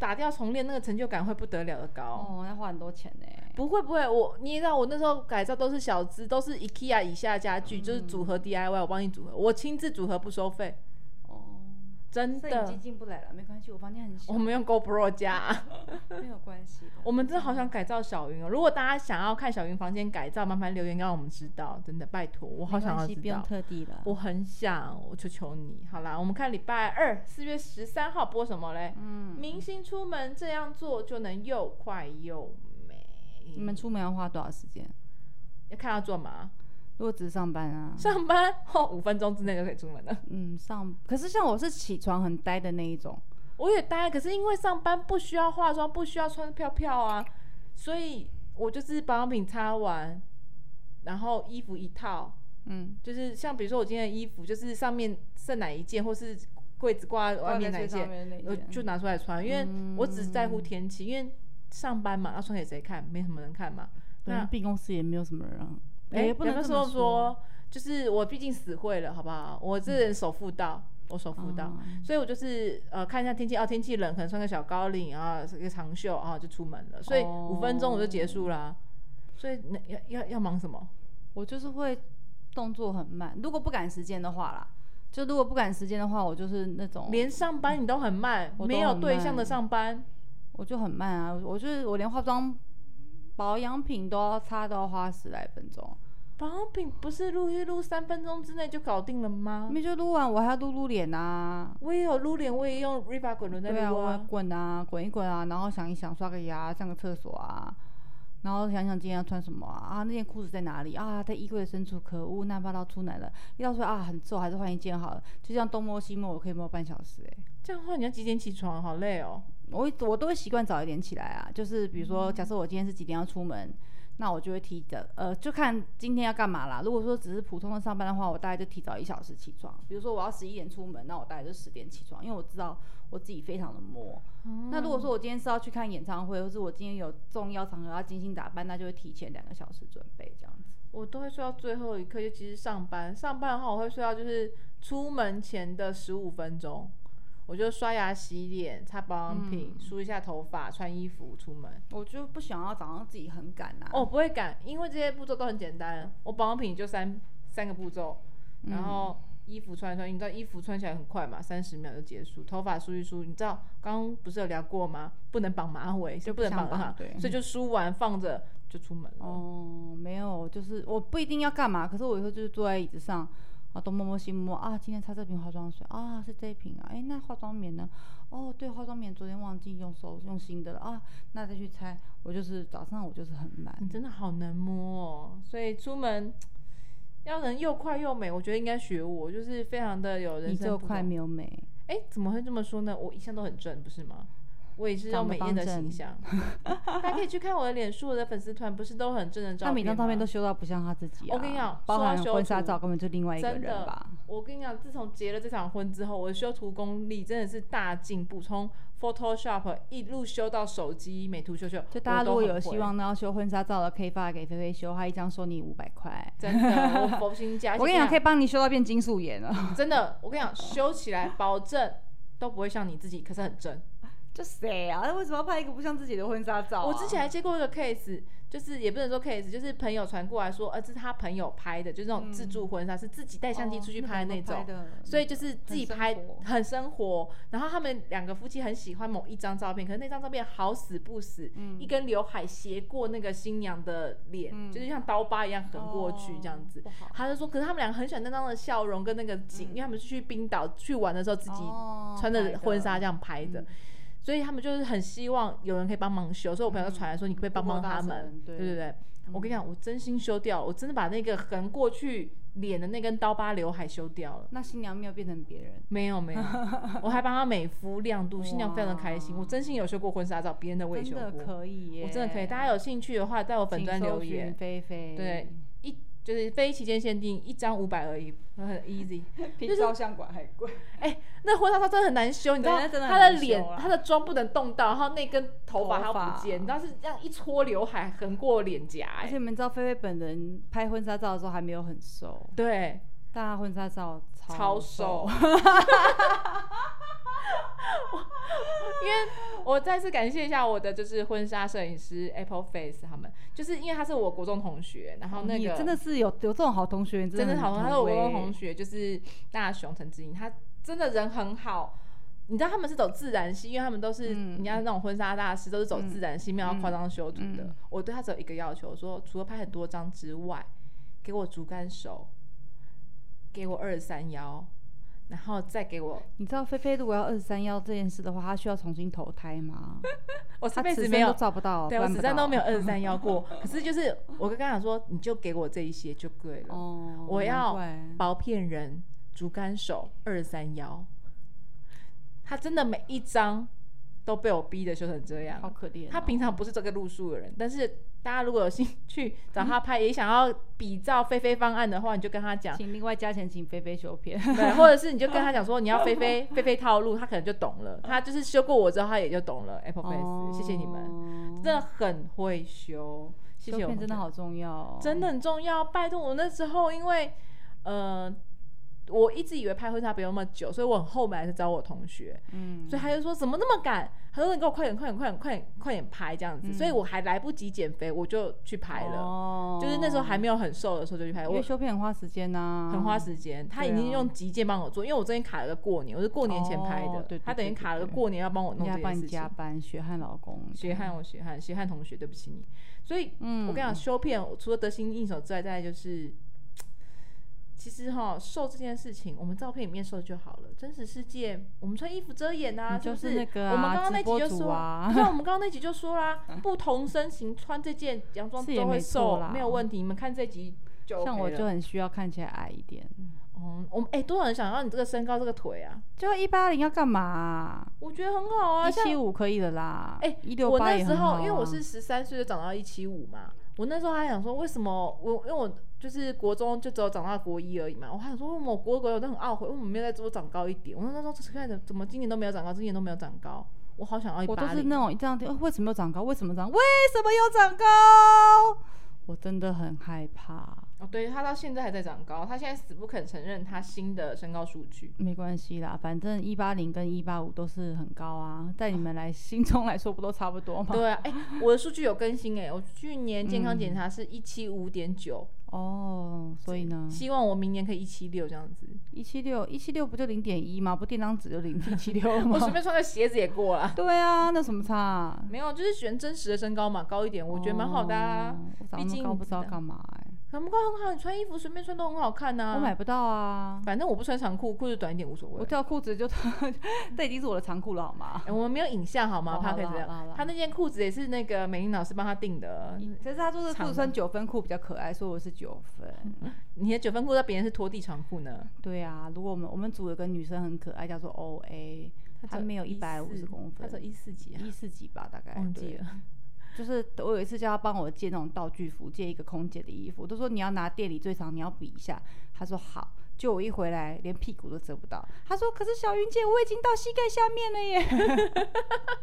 Speaker 2: 打掉重练那个成就感会不得了的高。
Speaker 1: 哦，要花很多钱呢、
Speaker 2: 不会不会，我你也知道我那时候改造都是小资，都是 IKEA 以下家具，就是组合 DIY，我帮你组合，我亲自组合不收费，
Speaker 1: 哦，
Speaker 2: 真
Speaker 1: 摄影
Speaker 2: 的
Speaker 1: 机。进不来了，没关系，我房间很小
Speaker 2: 我，们用 GoPro 加。
Speaker 1: 没有关系的。
Speaker 2: 我们真的好想改造小云哦！如果大家想要看小云房间改造，麻烦留言让我们知道，真的拜托，我
Speaker 1: 我
Speaker 2: 好想要知
Speaker 1: 不用
Speaker 2: 道，
Speaker 1: 特地了。
Speaker 2: 我很想，我求求你，好啦，我们看礼拜二四月十三号播什么嘞？
Speaker 1: 嗯，
Speaker 2: 明星出门这样做就能又快又美。
Speaker 1: 你们出门要花多少时间？
Speaker 2: 要看要做嘛？
Speaker 1: 如果只是上班啊，
Speaker 2: 上班后五分钟之内就可以出门了。
Speaker 1: 嗯，上。可是像我是起床很呆的那一种，
Speaker 2: 我也呆，可是因为上班不需要化妆，不需要穿漂漂啊，所以我就是保养品擦完，然后衣服一套。
Speaker 1: 嗯，
Speaker 2: 就是像比如说我今天的衣服，就是上面剩哪一件，或是柜子挂外面哪
Speaker 1: 在
Speaker 2: 一
Speaker 1: 最上
Speaker 2: 件，
Speaker 1: 面的那
Speaker 2: 我
Speaker 1: 件
Speaker 2: 就拿出来穿，因为我只在乎天气，因为上班嘛，要穿给谁看？没什么人看嘛。
Speaker 3: 对
Speaker 2: 那
Speaker 3: 办公室也没有什么人啊，
Speaker 2: 哎，
Speaker 3: 也不能
Speaker 2: 那
Speaker 3: 这
Speaker 2: 时
Speaker 3: 么
Speaker 2: 候，说，就是我毕竟死会了，好不好？我这人手妇道，我手妇道，
Speaker 1: 啊
Speaker 2: 所以我就是呃看一下天气，哦，天气冷，可能穿个小高领啊，一个长袖啊，就出门了。所以
Speaker 3: 哦
Speaker 2: 五分钟我就结束啦、所以那要要要忙什么？
Speaker 1: 我就是会动作很慢，如果不赶时间的话啦，就如果不赶时间的话，我就是那种
Speaker 2: 连上班你都很慢，
Speaker 1: 哦我都
Speaker 2: 没有
Speaker 1: 很
Speaker 2: 对象的
Speaker 1: 慢
Speaker 2: 上班，
Speaker 1: 我就很慢啊，我就是我连化妆保养品都要擦都要花十来分钟，
Speaker 2: 保养品不是撸一撸三分钟之内就搞定了吗？
Speaker 1: 没就撸完我还要撸撸脸啊，
Speaker 2: 我也有撸脸，我也用 Riva 滚轮在
Speaker 1: 对啊，
Speaker 2: 撸
Speaker 1: 我滚啊滚一滚啊，然后想一想刷个牙上个厕所啊。然后想想今天要穿什么啊？啊，那件裤子在哪里啊？在衣柜的深处，可恶，那怕到出来了，一到出来啊，很皱，还是换一件好了。就这样东摸西摸，我可以摸半小时哎、
Speaker 2: 这样的话你要几点起床？好累哦。
Speaker 1: 我会我都会习惯早一点起来啊，就是比如说，假设我今天是几点要出门，那我就会提的，呃，就看今天要干嘛啦。如果说只是普通的上班的话，我大概就提早一小时起床。比如说我要十一点出门，那我大概就十点起床，因为我知道我自己非常的磨。那如果说我今天是要去看演唱会，或是我今天有重要场合要精心打扮，那就会提前两个小时准备这样子。
Speaker 2: 我都会睡到最后一刻，尤其是上班。上班的话，我会睡到就是出门前的十五分钟，我就刷牙、洗脸、擦保养品、
Speaker 1: 嗯
Speaker 2: 梳一下头发、穿衣服出门。
Speaker 1: 我就不想要早上自己很赶啊。
Speaker 2: 哦，不会赶，因为这些步骤都很简单。我保养品就三三个步骤，
Speaker 1: 嗯
Speaker 2: 然后衣服穿一穿，你知道衣服穿起来很快嘛，三十秒就结束。头发梳一梳，你知道刚刚不是有聊过吗？不能绑马尾，就不能
Speaker 1: 想
Speaker 2: 绑
Speaker 1: 绑
Speaker 2: 马
Speaker 1: 对嗯
Speaker 2: 尾，所以就梳完放着就出门了。
Speaker 1: 哦，没有，就是我不一定要干嘛，可是我有时候就是坐在椅子上，啊，东摸摸西摸啊，今天擦这瓶化妆水啊，是这一瓶啊，哎，那化妆棉呢？哦，对，化妆棉昨天忘记用手用新的了啊，那再去拆。我就是早上我就是很慢，
Speaker 2: 你真的好能摸哦，所以出门要能又快又美，我觉得应该学我，就是非常的有人
Speaker 1: 你
Speaker 2: 生。
Speaker 1: 只有快没？有美，
Speaker 2: 哎、怎么会这么说呢？我一向都很正，不是吗？我也是
Speaker 1: 长
Speaker 2: 用
Speaker 1: 得
Speaker 2: 美艳的
Speaker 1: 方
Speaker 2: 形
Speaker 1: 正
Speaker 2: 象，大家可以去看我的脸书，我的粉丝团不是都很正的照片
Speaker 1: 他
Speaker 2: 吗？
Speaker 1: 每张照片都修到不像他自己啊。
Speaker 2: 我跟你讲
Speaker 1: 包
Speaker 2: 说到
Speaker 1: 含
Speaker 2: 修
Speaker 1: 婚纱
Speaker 2: 图
Speaker 1: 照根本就另外一个
Speaker 2: 真
Speaker 1: 人
Speaker 2: 的
Speaker 1: 吧。
Speaker 2: 我跟你讲，自从结了这场婚之后，我的修图功力真的是大进步，从 Photoshop 一路修到手机美图秀秀，
Speaker 1: 就大家
Speaker 2: 我
Speaker 1: 如果
Speaker 2: 都很
Speaker 1: 有希
Speaker 2: 会
Speaker 1: 望呢要修婚纱照的，可以发给菲菲修，她一张收你五百块。
Speaker 2: 真的，我佛心加。
Speaker 1: 我跟你讲，可
Speaker 2: 以。
Speaker 1: 以帮你修到变金素颜了。
Speaker 2: 真的，我跟你讲，修起来保证都不会像你自己，可是很真。
Speaker 1: 就谁啊？那为什么要拍一个不像自己的婚纱照啊、
Speaker 2: 我之前还接过一个 case，就是也不能说 case，就是朋友传过来说，呃，这是他朋友拍的，就是那种自助婚纱，是自己带相机
Speaker 1: 哦
Speaker 2: 出去拍的那种。所以就是自己拍
Speaker 1: 生活
Speaker 2: 很生活，然后他们两个夫妻很喜欢某一张照片，可是那张照片好死不死，一根刘海斜过那个新娘的脸，就是像刀疤一样横过去这样子。
Speaker 1: 哦不好
Speaker 2: 他就说，可是他们两个很喜欢那张的笑容跟那个景，因为他们是去冰岛去玩的时候自己
Speaker 1: 哦
Speaker 2: 穿着婚纱这样拍
Speaker 1: 嗯
Speaker 2: 的，所以他们就是很希望有人可以帮忙修，所以我朋友就传来说你可不可以帮帮他
Speaker 1: 不过大
Speaker 2: 们
Speaker 1: 嗯神，对嗯
Speaker 2: 对对对。我跟你讲，我真心修掉，我真的把那个横过去脸的那根刀疤刘海修掉了。
Speaker 1: 那新娘没有变成别人，
Speaker 2: 没有 没有，我还帮她美肤亮度，新娘非常的开心。
Speaker 1: 哇
Speaker 2: 我真心有修过婚纱照，别人的我也
Speaker 1: 真
Speaker 2: 修
Speaker 1: 的
Speaker 2: 过，
Speaker 1: 可以耶！
Speaker 2: 我真的可以。大家有兴趣的话，在我粉
Speaker 1: 请
Speaker 2: 专留
Speaker 1: 搜寻
Speaker 2: 言。
Speaker 1: 菲菲，
Speaker 2: 对，，一就是非期间限定，一张五百而已，很 easy。
Speaker 1: 比照相馆还贵。
Speaker 2: 那婚纱照真的很难修，你知道
Speaker 1: 对那真的
Speaker 2: 她
Speaker 1: 很
Speaker 2: 的
Speaker 1: 难修
Speaker 2: 脸
Speaker 1: 啦、
Speaker 2: 她的妆不能动到，然后那根头发还
Speaker 1: 头
Speaker 2: 要
Speaker 1: 发
Speaker 2: 不见，你知道是这样一撮刘海横过脸颊、
Speaker 1: 而且
Speaker 2: 哎，
Speaker 1: 你们知道菲菲本人拍婚纱照的时候还没有很瘦，
Speaker 2: 对，
Speaker 1: 但她婚纱照
Speaker 2: 超
Speaker 1: 瘦
Speaker 2: 瘦。。 因 为我再次感谢一下我的就是婚纱摄影师 Apple Face 他们，就是因为他是我国中同学，然后那
Speaker 1: 哦你
Speaker 2: 个
Speaker 1: 真的是有有这种好同学，你
Speaker 2: 真
Speaker 1: 的
Speaker 2: 的好，
Speaker 1: 很欸
Speaker 2: 他是我国中
Speaker 1: 威
Speaker 2: 同学，就是大雄陈志颖，他真的人很好。你知道他们是走自然系，因为他们都是
Speaker 1: 嗯
Speaker 2: 人家那种婚纱大师，都是走自然系，没有要夸张修图的。
Speaker 1: 嗯
Speaker 2: 我对他只有一个要求，说除了拍很多张之外，给我竹竿手，给我二三幺，然后再给我，
Speaker 1: 你知道菲菲如果要二十三幺这件事的话，她需要重新投胎吗？
Speaker 2: 我这
Speaker 1: 她
Speaker 2: 辈
Speaker 1: 此
Speaker 2: 子
Speaker 1: 生
Speaker 2: 没有
Speaker 1: 都照不到，
Speaker 2: 对，我
Speaker 1: 办不
Speaker 2: 实战都
Speaker 1: 到
Speaker 2: 没有。二 十三要过。可是就是我刚刚讲说，你就给我这一些就对了。
Speaker 1: 哦，
Speaker 2: 我要
Speaker 1: 难怪
Speaker 2: 薄片人、竹竿手、二三幺，他真的每一张都被我逼的修成这样
Speaker 1: 好。可怜哦、
Speaker 2: 他平常不是这个路数的人，但是大家如果有兴趣找他拍，也想要比照菲菲方案的话，你就跟他 讲，
Speaker 1: 请另外加钱请菲菲修 片，
Speaker 2: 对，或者是你就跟他讲说你要菲菲 菲菲套路，他可能就懂了。他就是修过我之后，他也就懂了 Apple Face、谢谢你们，
Speaker 1: 们
Speaker 2: 真的很会修，谢
Speaker 1: 哦修
Speaker 2: 谢我
Speaker 1: 片
Speaker 2: 们
Speaker 1: 真的好重要、哦，
Speaker 2: 真的很重要。拜托，我那时候因为呃，我一直以为拍婚纱不用那么久，所以我很后来才找我同学，
Speaker 1: 嗯，
Speaker 2: 所以他就说怎么那么赶？他说你给我快点、快点、快点、快点、快点拍这样子，
Speaker 1: 嗯
Speaker 2: 所以我还来不及减肥，我就去拍了。
Speaker 1: 哦
Speaker 2: 就是那时候还没有很瘦的时候就去拍，
Speaker 1: 因为嗯
Speaker 2: 我
Speaker 1: 修片很花时间呐、
Speaker 2: 很花时间。他已
Speaker 1: 啊
Speaker 2: 经用极简帮我做，因为我中间卡了个过年，我是过年前拍的，
Speaker 1: 哦对对
Speaker 2: 他等于
Speaker 1: 对对
Speaker 2: 卡了个
Speaker 1: 对
Speaker 2: 过年要帮我
Speaker 1: 人
Speaker 2: 弄
Speaker 1: 家
Speaker 2: 这
Speaker 1: 帮
Speaker 2: 件
Speaker 1: 你
Speaker 2: 事情
Speaker 1: 加。班，血汗老公，
Speaker 2: 血汗，我血汗，血汗同学，对不起你。所以
Speaker 1: 嗯，
Speaker 2: 我跟你讲，修片我除了得心应手之外，再来就是，其实哈，瘦这件事情，我们照片里面瘦就好了。真实世界，我们穿衣服遮掩啊，
Speaker 1: 你就是是那个啊
Speaker 2: 我们刚刚那集就
Speaker 1: 直播
Speaker 2: 说，
Speaker 1: 主啊
Speaker 2: 不是我们刚刚那集就说啦，不同身形穿这件洋装
Speaker 1: 是也
Speaker 2: 都会
Speaker 1: 没
Speaker 2: 瘦，
Speaker 1: 错啦
Speaker 2: 没有问题。你们看这集就 OK
Speaker 1: 像我
Speaker 2: 了
Speaker 1: 就很需要看起来矮一点，
Speaker 2: 哦，我们哎、多少人想要你这个身高这个腿啊？
Speaker 1: 就一八零要干嘛啊、
Speaker 2: 我觉得很好啊，
Speaker 1: 一
Speaker 2: 像
Speaker 1: 七五可以的啦，
Speaker 2: 哎
Speaker 1: 一六
Speaker 2: 我
Speaker 1: 八
Speaker 2: 那
Speaker 1: 也
Speaker 2: 时
Speaker 1: 很好、
Speaker 2: 候
Speaker 1: 啊。
Speaker 2: 因为我是十三岁就长到一七五嘛，我那时候还想说为什么我因为我就是国中就只有长到国一而已嘛，我还想说为什么我国国我都很懊悔，为什么没有再多长高一点？我那时候看着怎么今年都没有长高，今年都没有长高，我好想要一
Speaker 1: 我都
Speaker 2: 八
Speaker 1: 是
Speaker 2: 零。
Speaker 1: 那种这样听、呃为什么又长高？为什么长？为什么又长高？ 我真的很害怕。
Speaker 2: 哦，对他到现在还在长高，他现在死不肯承认他新的身高数 据。
Speaker 1: 没关系啦，反正一八零跟一八五都是很高啊，在你们来 心中来说不都差不多吗？
Speaker 2: 对啊，哎、我的数据有更新哎、我去年健康
Speaker 1: 嗯
Speaker 2: 检查是一七五点九，
Speaker 1: 哦，所以呢，
Speaker 2: 希望我明年可以一七六这 样子。
Speaker 1: 一七六一七六不就零点一吗？不垫张纸就零一七六
Speaker 2: 我
Speaker 1: 吗？
Speaker 2: 随便穿个鞋子也过了。
Speaker 1: 对啊，那什么差、啊？
Speaker 2: 没有，就是选真实的身高嘛，高一点，我觉得蛮好的啊。
Speaker 1: 哦我长
Speaker 2: 毕
Speaker 1: 那
Speaker 2: 竟
Speaker 1: 么高
Speaker 2: 你
Speaker 1: 不知
Speaker 2: 知
Speaker 1: 道
Speaker 2: 道
Speaker 1: 干嘛哎、
Speaker 2: 长不高很好，你穿衣服随便穿都很好看呐、
Speaker 1: 我买不到啊，
Speaker 2: 反正我不穿长裤，裤子短一点无所
Speaker 1: 我
Speaker 2: 谓。
Speaker 1: 掉裤子就 这已经是我的长裤了好吗？
Speaker 2: 哎我们没有影像好吗？
Speaker 1: 哦
Speaker 2: 怕
Speaker 1: 好
Speaker 2: 可以
Speaker 1: 啦
Speaker 2: 这
Speaker 1: 好啦好
Speaker 2: 样
Speaker 1: 啦。
Speaker 2: 他那件裤子也是那个美玲老师帮他订的，
Speaker 1: 可是他说这裤
Speaker 2: 长
Speaker 1: 子
Speaker 2: 的
Speaker 1: 穿九分裤比较可爱，所以我是九分。
Speaker 2: 你的九分裤在别人是拖地长裤呢。
Speaker 1: 对啊，如果我们我们组有个女生很可爱，叫做 O A，她没有一百五十公分，
Speaker 2: 他只有一四几啊，
Speaker 1: 一四几吧，大概
Speaker 2: 忘记。
Speaker 1: 对
Speaker 2: 了。
Speaker 1: 就是我有一次叫她帮我借那种道具服，借一个空姐的衣服，我都说你要拿店里最长，你要比一下。她说好，就我一回来连屁股都遮不到。她说可是小云姐，我已经到膝盖下面了耶。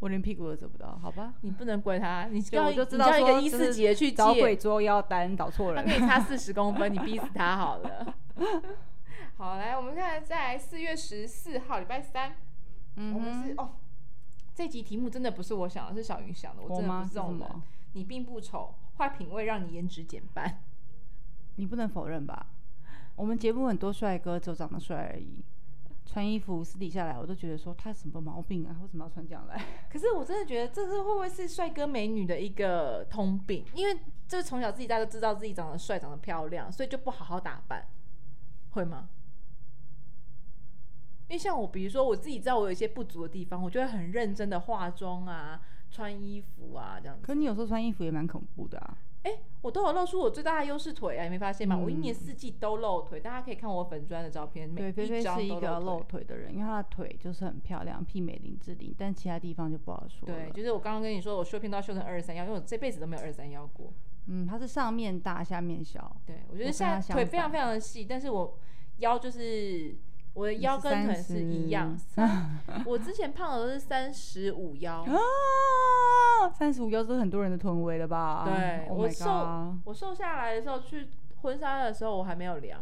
Speaker 1: 我连屁股都遮不到，好吧？
Speaker 2: 你不能怪他，你
Speaker 1: 所以
Speaker 2: 要
Speaker 1: 我就知
Speaker 2: 你
Speaker 1: 道
Speaker 2: 叫一个
Speaker 1: 说
Speaker 2: 一
Speaker 1: 就
Speaker 2: 四
Speaker 1: 是
Speaker 2: 几的去
Speaker 1: 找
Speaker 2: 借
Speaker 1: 鬼捉妖丹，找错
Speaker 2: 他
Speaker 1: 人
Speaker 2: 跟。你差四十公分，你逼死他好了。 好，来，我们看在四月十四号，礼拜三，
Speaker 1: 嗯
Speaker 2: 我们是
Speaker 1: 哼，
Speaker 2: 哦，这集题目真的不是我想的，是小云想的，我真的
Speaker 1: 吗？
Speaker 2: 不是
Speaker 1: 是
Speaker 2: 这
Speaker 1: 什
Speaker 2: 种
Speaker 1: 么
Speaker 2: 人。？你并不丑，坏品味让你颜值减半。
Speaker 1: 你不能否认吧？我们节目很多帅哥，只有长得帅而已。穿衣服私底下来，我都觉得说他什么毛病啊？为什么要穿这样 来？
Speaker 2: 可是我真的觉得这是会不会是帅哥美女的一个通病？因为就是从小自己大家都知道自己长得帅、长得漂亮，所以就不好好打扮，会吗？因为像我，比如说我自己知道我有一些不足的地方，我就会很认真的化妆啊、穿衣服啊这样子。
Speaker 1: 可你有时候穿衣服也蛮恐怖的啊。
Speaker 2: 哎、我都有露出我最大的优势腿啊，你没发现吗？
Speaker 1: 嗯
Speaker 2: 我一年四季都露腿，大家可以看我粉砖的照片，每
Speaker 1: 对，菲菲
Speaker 2: 一张
Speaker 1: 是一
Speaker 2: 都
Speaker 1: 个露
Speaker 2: 露
Speaker 1: 腿
Speaker 2: 腿。
Speaker 1: 的人，因为她的腿就是很漂亮，媲美林志玲，但其他地方就不好说了。
Speaker 2: 对，就是我刚刚跟你说，我修片都要修成二三幺，因为我这辈子都没有二三幺过。
Speaker 1: 嗯，她是上面大下面小，
Speaker 2: 对，我
Speaker 1: 我
Speaker 2: 觉得
Speaker 1: 跟
Speaker 2: 现
Speaker 1: 他
Speaker 2: 在腿
Speaker 1: 相
Speaker 2: 非常
Speaker 1: 反
Speaker 2: 非常的细，但是我腰就是我的腰跟腿是 一样。三我之前胖的都是三十五 腰，
Speaker 1: 啊，三十五腰是很多人的臀围了吧？
Speaker 2: 对
Speaker 1: Oh
Speaker 2: 我
Speaker 1: my
Speaker 2: 瘦
Speaker 1: god
Speaker 2: 我瘦下来的时候去婚纱的时候我还没有量，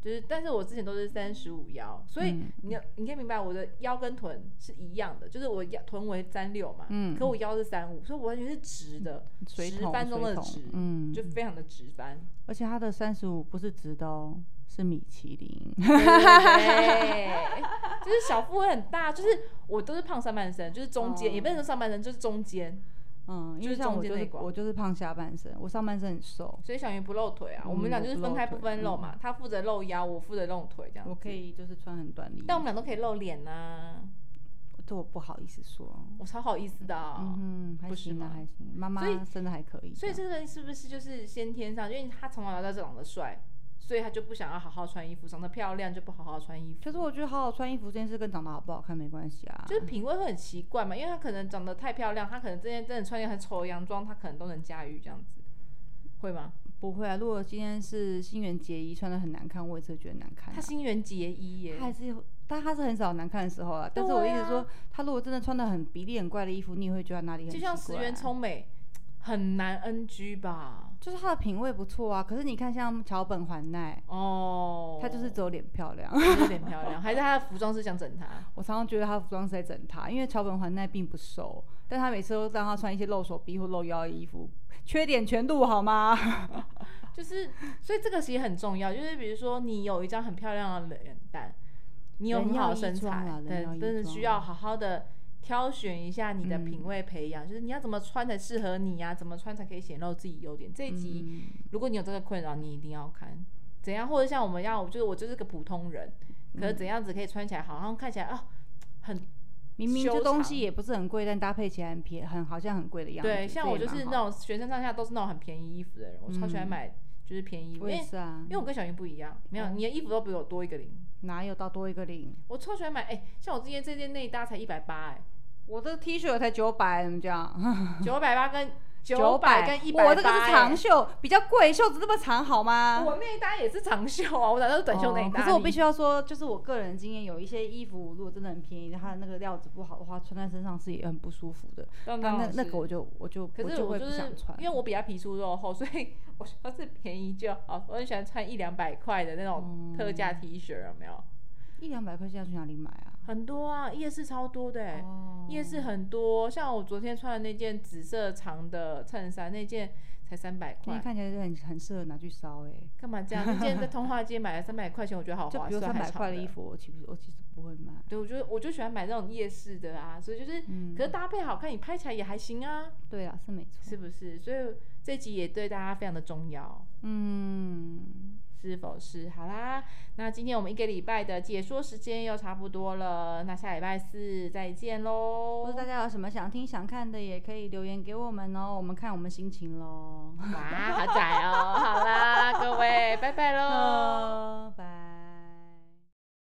Speaker 2: 就是但是我之前都是三十五腰，所以
Speaker 1: 嗯
Speaker 2: 你、你可以明白我的腰跟臀是一样的，就是我腰臀围三六嘛，
Speaker 1: 嗯
Speaker 2: 可我腰是三五，所以我完全是直的，
Speaker 1: 水
Speaker 2: 直
Speaker 1: 桶
Speaker 2: 翻中
Speaker 1: 水
Speaker 2: 的
Speaker 1: 桶
Speaker 2: 直，
Speaker 1: 嗯，
Speaker 2: 就非常的直 翻。
Speaker 1: 而且她的三十五不是直的哦，是米其林。
Speaker 2: 对，就是小腹会很大，就是我都是胖上半身，就是中间，
Speaker 1: 哦
Speaker 2: 也不能说上半身，就是中间。
Speaker 1: 嗯，因
Speaker 2: 就
Speaker 1: 为
Speaker 2: 是
Speaker 1: 像
Speaker 2: 中
Speaker 1: 我
Speaker 2: 间
Speaker 1: 就
Speaker 2: 那一
Speaker 1: 是
Speaker 2: 管
Speaker 1: 我就是胖下半身，我上半身很瘦，
Speaker 2: 所以小云不露腿啊，
Speaker 1: 嗯
Speaker 2: 我们俩就是分开
Speaker 1: 我不
Speaker 2: 不
Speaker 1: 露腿嗯
Speaker 2: 分露嘛，她负责露腰，我负责露腿这样子。
Speaker 1: 我可，以就是穿很短的衣服，
Speaker 2: 但我们俩都可以露脸呐、啊，
Speaker 1: 这我不好意思说。
Speaker 2: 我超好意思的、啊。
Speaker 1: 嗯哼，还
Speaker 2: 不是
Speaker 1: 行啊，
Speaker 2: 吗
Speaker 1: 还行，妈妈
Speaker 2: 所以
Speaker 1: 生的还可以这样。
Speaker 2: 所以这个人是不是就是先天上？因为他从小到大就长得帅，所以他就不想要好好穿衣服，长得漂亮就不好好穿衣服。
Speaker 1: 可是我觉得好好穿衣服这件事跟长得好不好看没关系啊。
Speaker 2: 就是品味会很奇怪嘛，因为他可能长得太漂亮，他可能之前真的穿一件很丑的洋装，他可能都能驾驭这样子，会吗？
Speaker 1: 不会啊，如果今天是新垣结衣穿的很难看，我也是会觉得难看啊、
Speaker 2: 他心垣结衣耶
Speaker 1: 他，还是，但他是很少难看的时候啊。但是我
Speaker 2: 对
Speaker 1: 一
Speaker 2: 啊
Speaker 1: 直说，他如果真的穿的很比例很怪的衣服，你也会觉得哪里很
Speaker 2: 就像
Speaker 1: 奇
Speaker 2: 石
Speaker 1: 怪
Speaker 2: 原
Speaker 1: 啊，
Speaker 2: 聪美很难嗯 NG 吧？
Speaker 1: 就是他的品味不错啊。可是你看，像桥本环奈，
Speaker 2: 哦，
Speaker 1: 她就是只有脸漂亮。
Speaker 2: 有点漂 亮，还是她的服装是想整她？
Speaker 1: 我常常觉得她的服装是在整她，因为桥本环奈并不瘦，但她每次都让她穿一些露手臂或露腰的衣服，缺点全露好吗？
Speaker 2: 就是，所以这个其实很重要。就是比如说，你有一张很漂亮的脸蛋，你有很好的身
Speaker 1: 人要衣装
Speaker 2: 材
Speaker 1: 啊，嗯人要
Speaker 2: 对，
Speaker 1: 衣
Speaker 2: 真的
Speaker 1: 装
Speaker 2: 需要好好的挑选一下你的品味培养，就是你要怎么穿才适合你啊呀、怎么穿才可以显露自己优点。这一集、
Speaker 1: 嗯
Speaker 2: 如果你有这个困扰，你一定要看怎样，或者像我们要，就是我就是个普通人，可是
Speaker 1: 嗯
Speaker 2: 怎样子可以穿起来好像看起来啊、很
Speaker 1: 明明这
Speaker 2: 修
Speaker 1: 东
Speaker 2: 长
Speaker 1: 西也不是很贵，但搭配起来很便，很好像很贵的样子。
Speaker 2: 对，像
Speaker 1: 这
Speaker 2: 我
Speaker 1: 也
Speaker 2: 就
Speaker 1: 蛮
Speaker 2: 是
Speaker 1: 好
Speaker 2: 那种学生上下都是那种很便宜衣服的人，我超喜欢
Speaker 1: 嗯
Speaker 2: 买就是便宜衣服，
Speaker 1: 我
Speaker 2: 因
Speaker 1: 也
Speaker 2: 为
Speaker 1: 是啊
Speaker 2: 因，为我跟小云不一样，没有
Speaker 1: 哦
Speaker 2: 你的衣服都比我多一个零，
Speaker 1: 哪有到多一个零？
Speaker 2: 我超喜欢买，哎、像我之前这件内搭才一百八， 哎，
Speaker 1: 我的 T 恤才九百，怎么讲？
Speaker 2: 九百八跟
Speaker 1: 九
Speaker 2: 百跟一百，哎
Speaker 1: 我这个是长，袖，比较贵，袖子这么长好吗？
Speaker 2: 我内搭也是长袖啊，我打算是短袖内
Speaker 1: 哦
Speaker 2: 搭、
Speaker 1: 可是我必须
Speaker 2: 你
Speaker 1: 要说，就是我个人经验，有一些衣服如果真的很便宜，它的那个料子不好的话，穿在身上是也很不舒服的。
Speaker 2: 当
Speaker 1: 那
Speaker 2: 当
Speaker 1: 那
Speaker 2: 然
Speaker 1: 啊那
Speaker 2: 是
Speaker 1: 个我就我就
Speaker 2: 可
Speaker 1: 我
Speaker 2: 是
Speaker 1: 就会
Speaker 2: 就
Speaker 1: 不
Speaker 2: 是
Speaker 1: 想穿，
Speaker 2: 因为我比较皮粗肉厚，所 以我觉得是便宜就好。我很喜欢穿一两百块的那
Speaker 1: 嗯
Speaker 2: 种特价 T 恤，有没有？
Speaker 1: 一两百块现在去哪里买啊？
Speaker 2: 很多啊，夜市超多的、哎、
Speaker 1: 哦
Speaker 2: 夜市很多，像我昨天穿的那件紫色长的衬衫，那件才三百
Speaker 1: 那
Speaker 2: 块，
Speaker 1: 看起来就很很适合拿去烧哎、
Speaker 2: 干嘛这样？那件在通化街买了三百块钱，我觉得好
Speaker 1: 就
Speaker 2: 划
Speaker 1: 比如
Speaker 2: 算，
Speaker 1: 三
Speaker 2: 还
Speaker 1: 百
Speaker 2: 长
Speaker 1: 块
Speaker 2: 的
Speaker 1: 的衣。服，我其实我其实不会买。
Speaker 2: 对，我就我就喜欢买那种夜市的啊，所以就是，
Speaker 1: 嗯
Speaker 2: 可是搭配好看，你拍起来也还行啊，
Speaker 1: 对啊，是没错。
Speaker 2: 是不是？所以这集也对大家非常的重要，
Speaker 1: 嗯，
Speaker 2: 是否是？好啦，那今天我们一个礼拜的解说时间又差不多了，那下礼拜四再见喽，
Speaker 1: 或者大家有什么想听想看的，也可以留言给我们哦，我们看我们心 情喽。
Speaker 2: 哇，好窄哦！好啦，各位，拜拜喽。
Speaker 1: 呃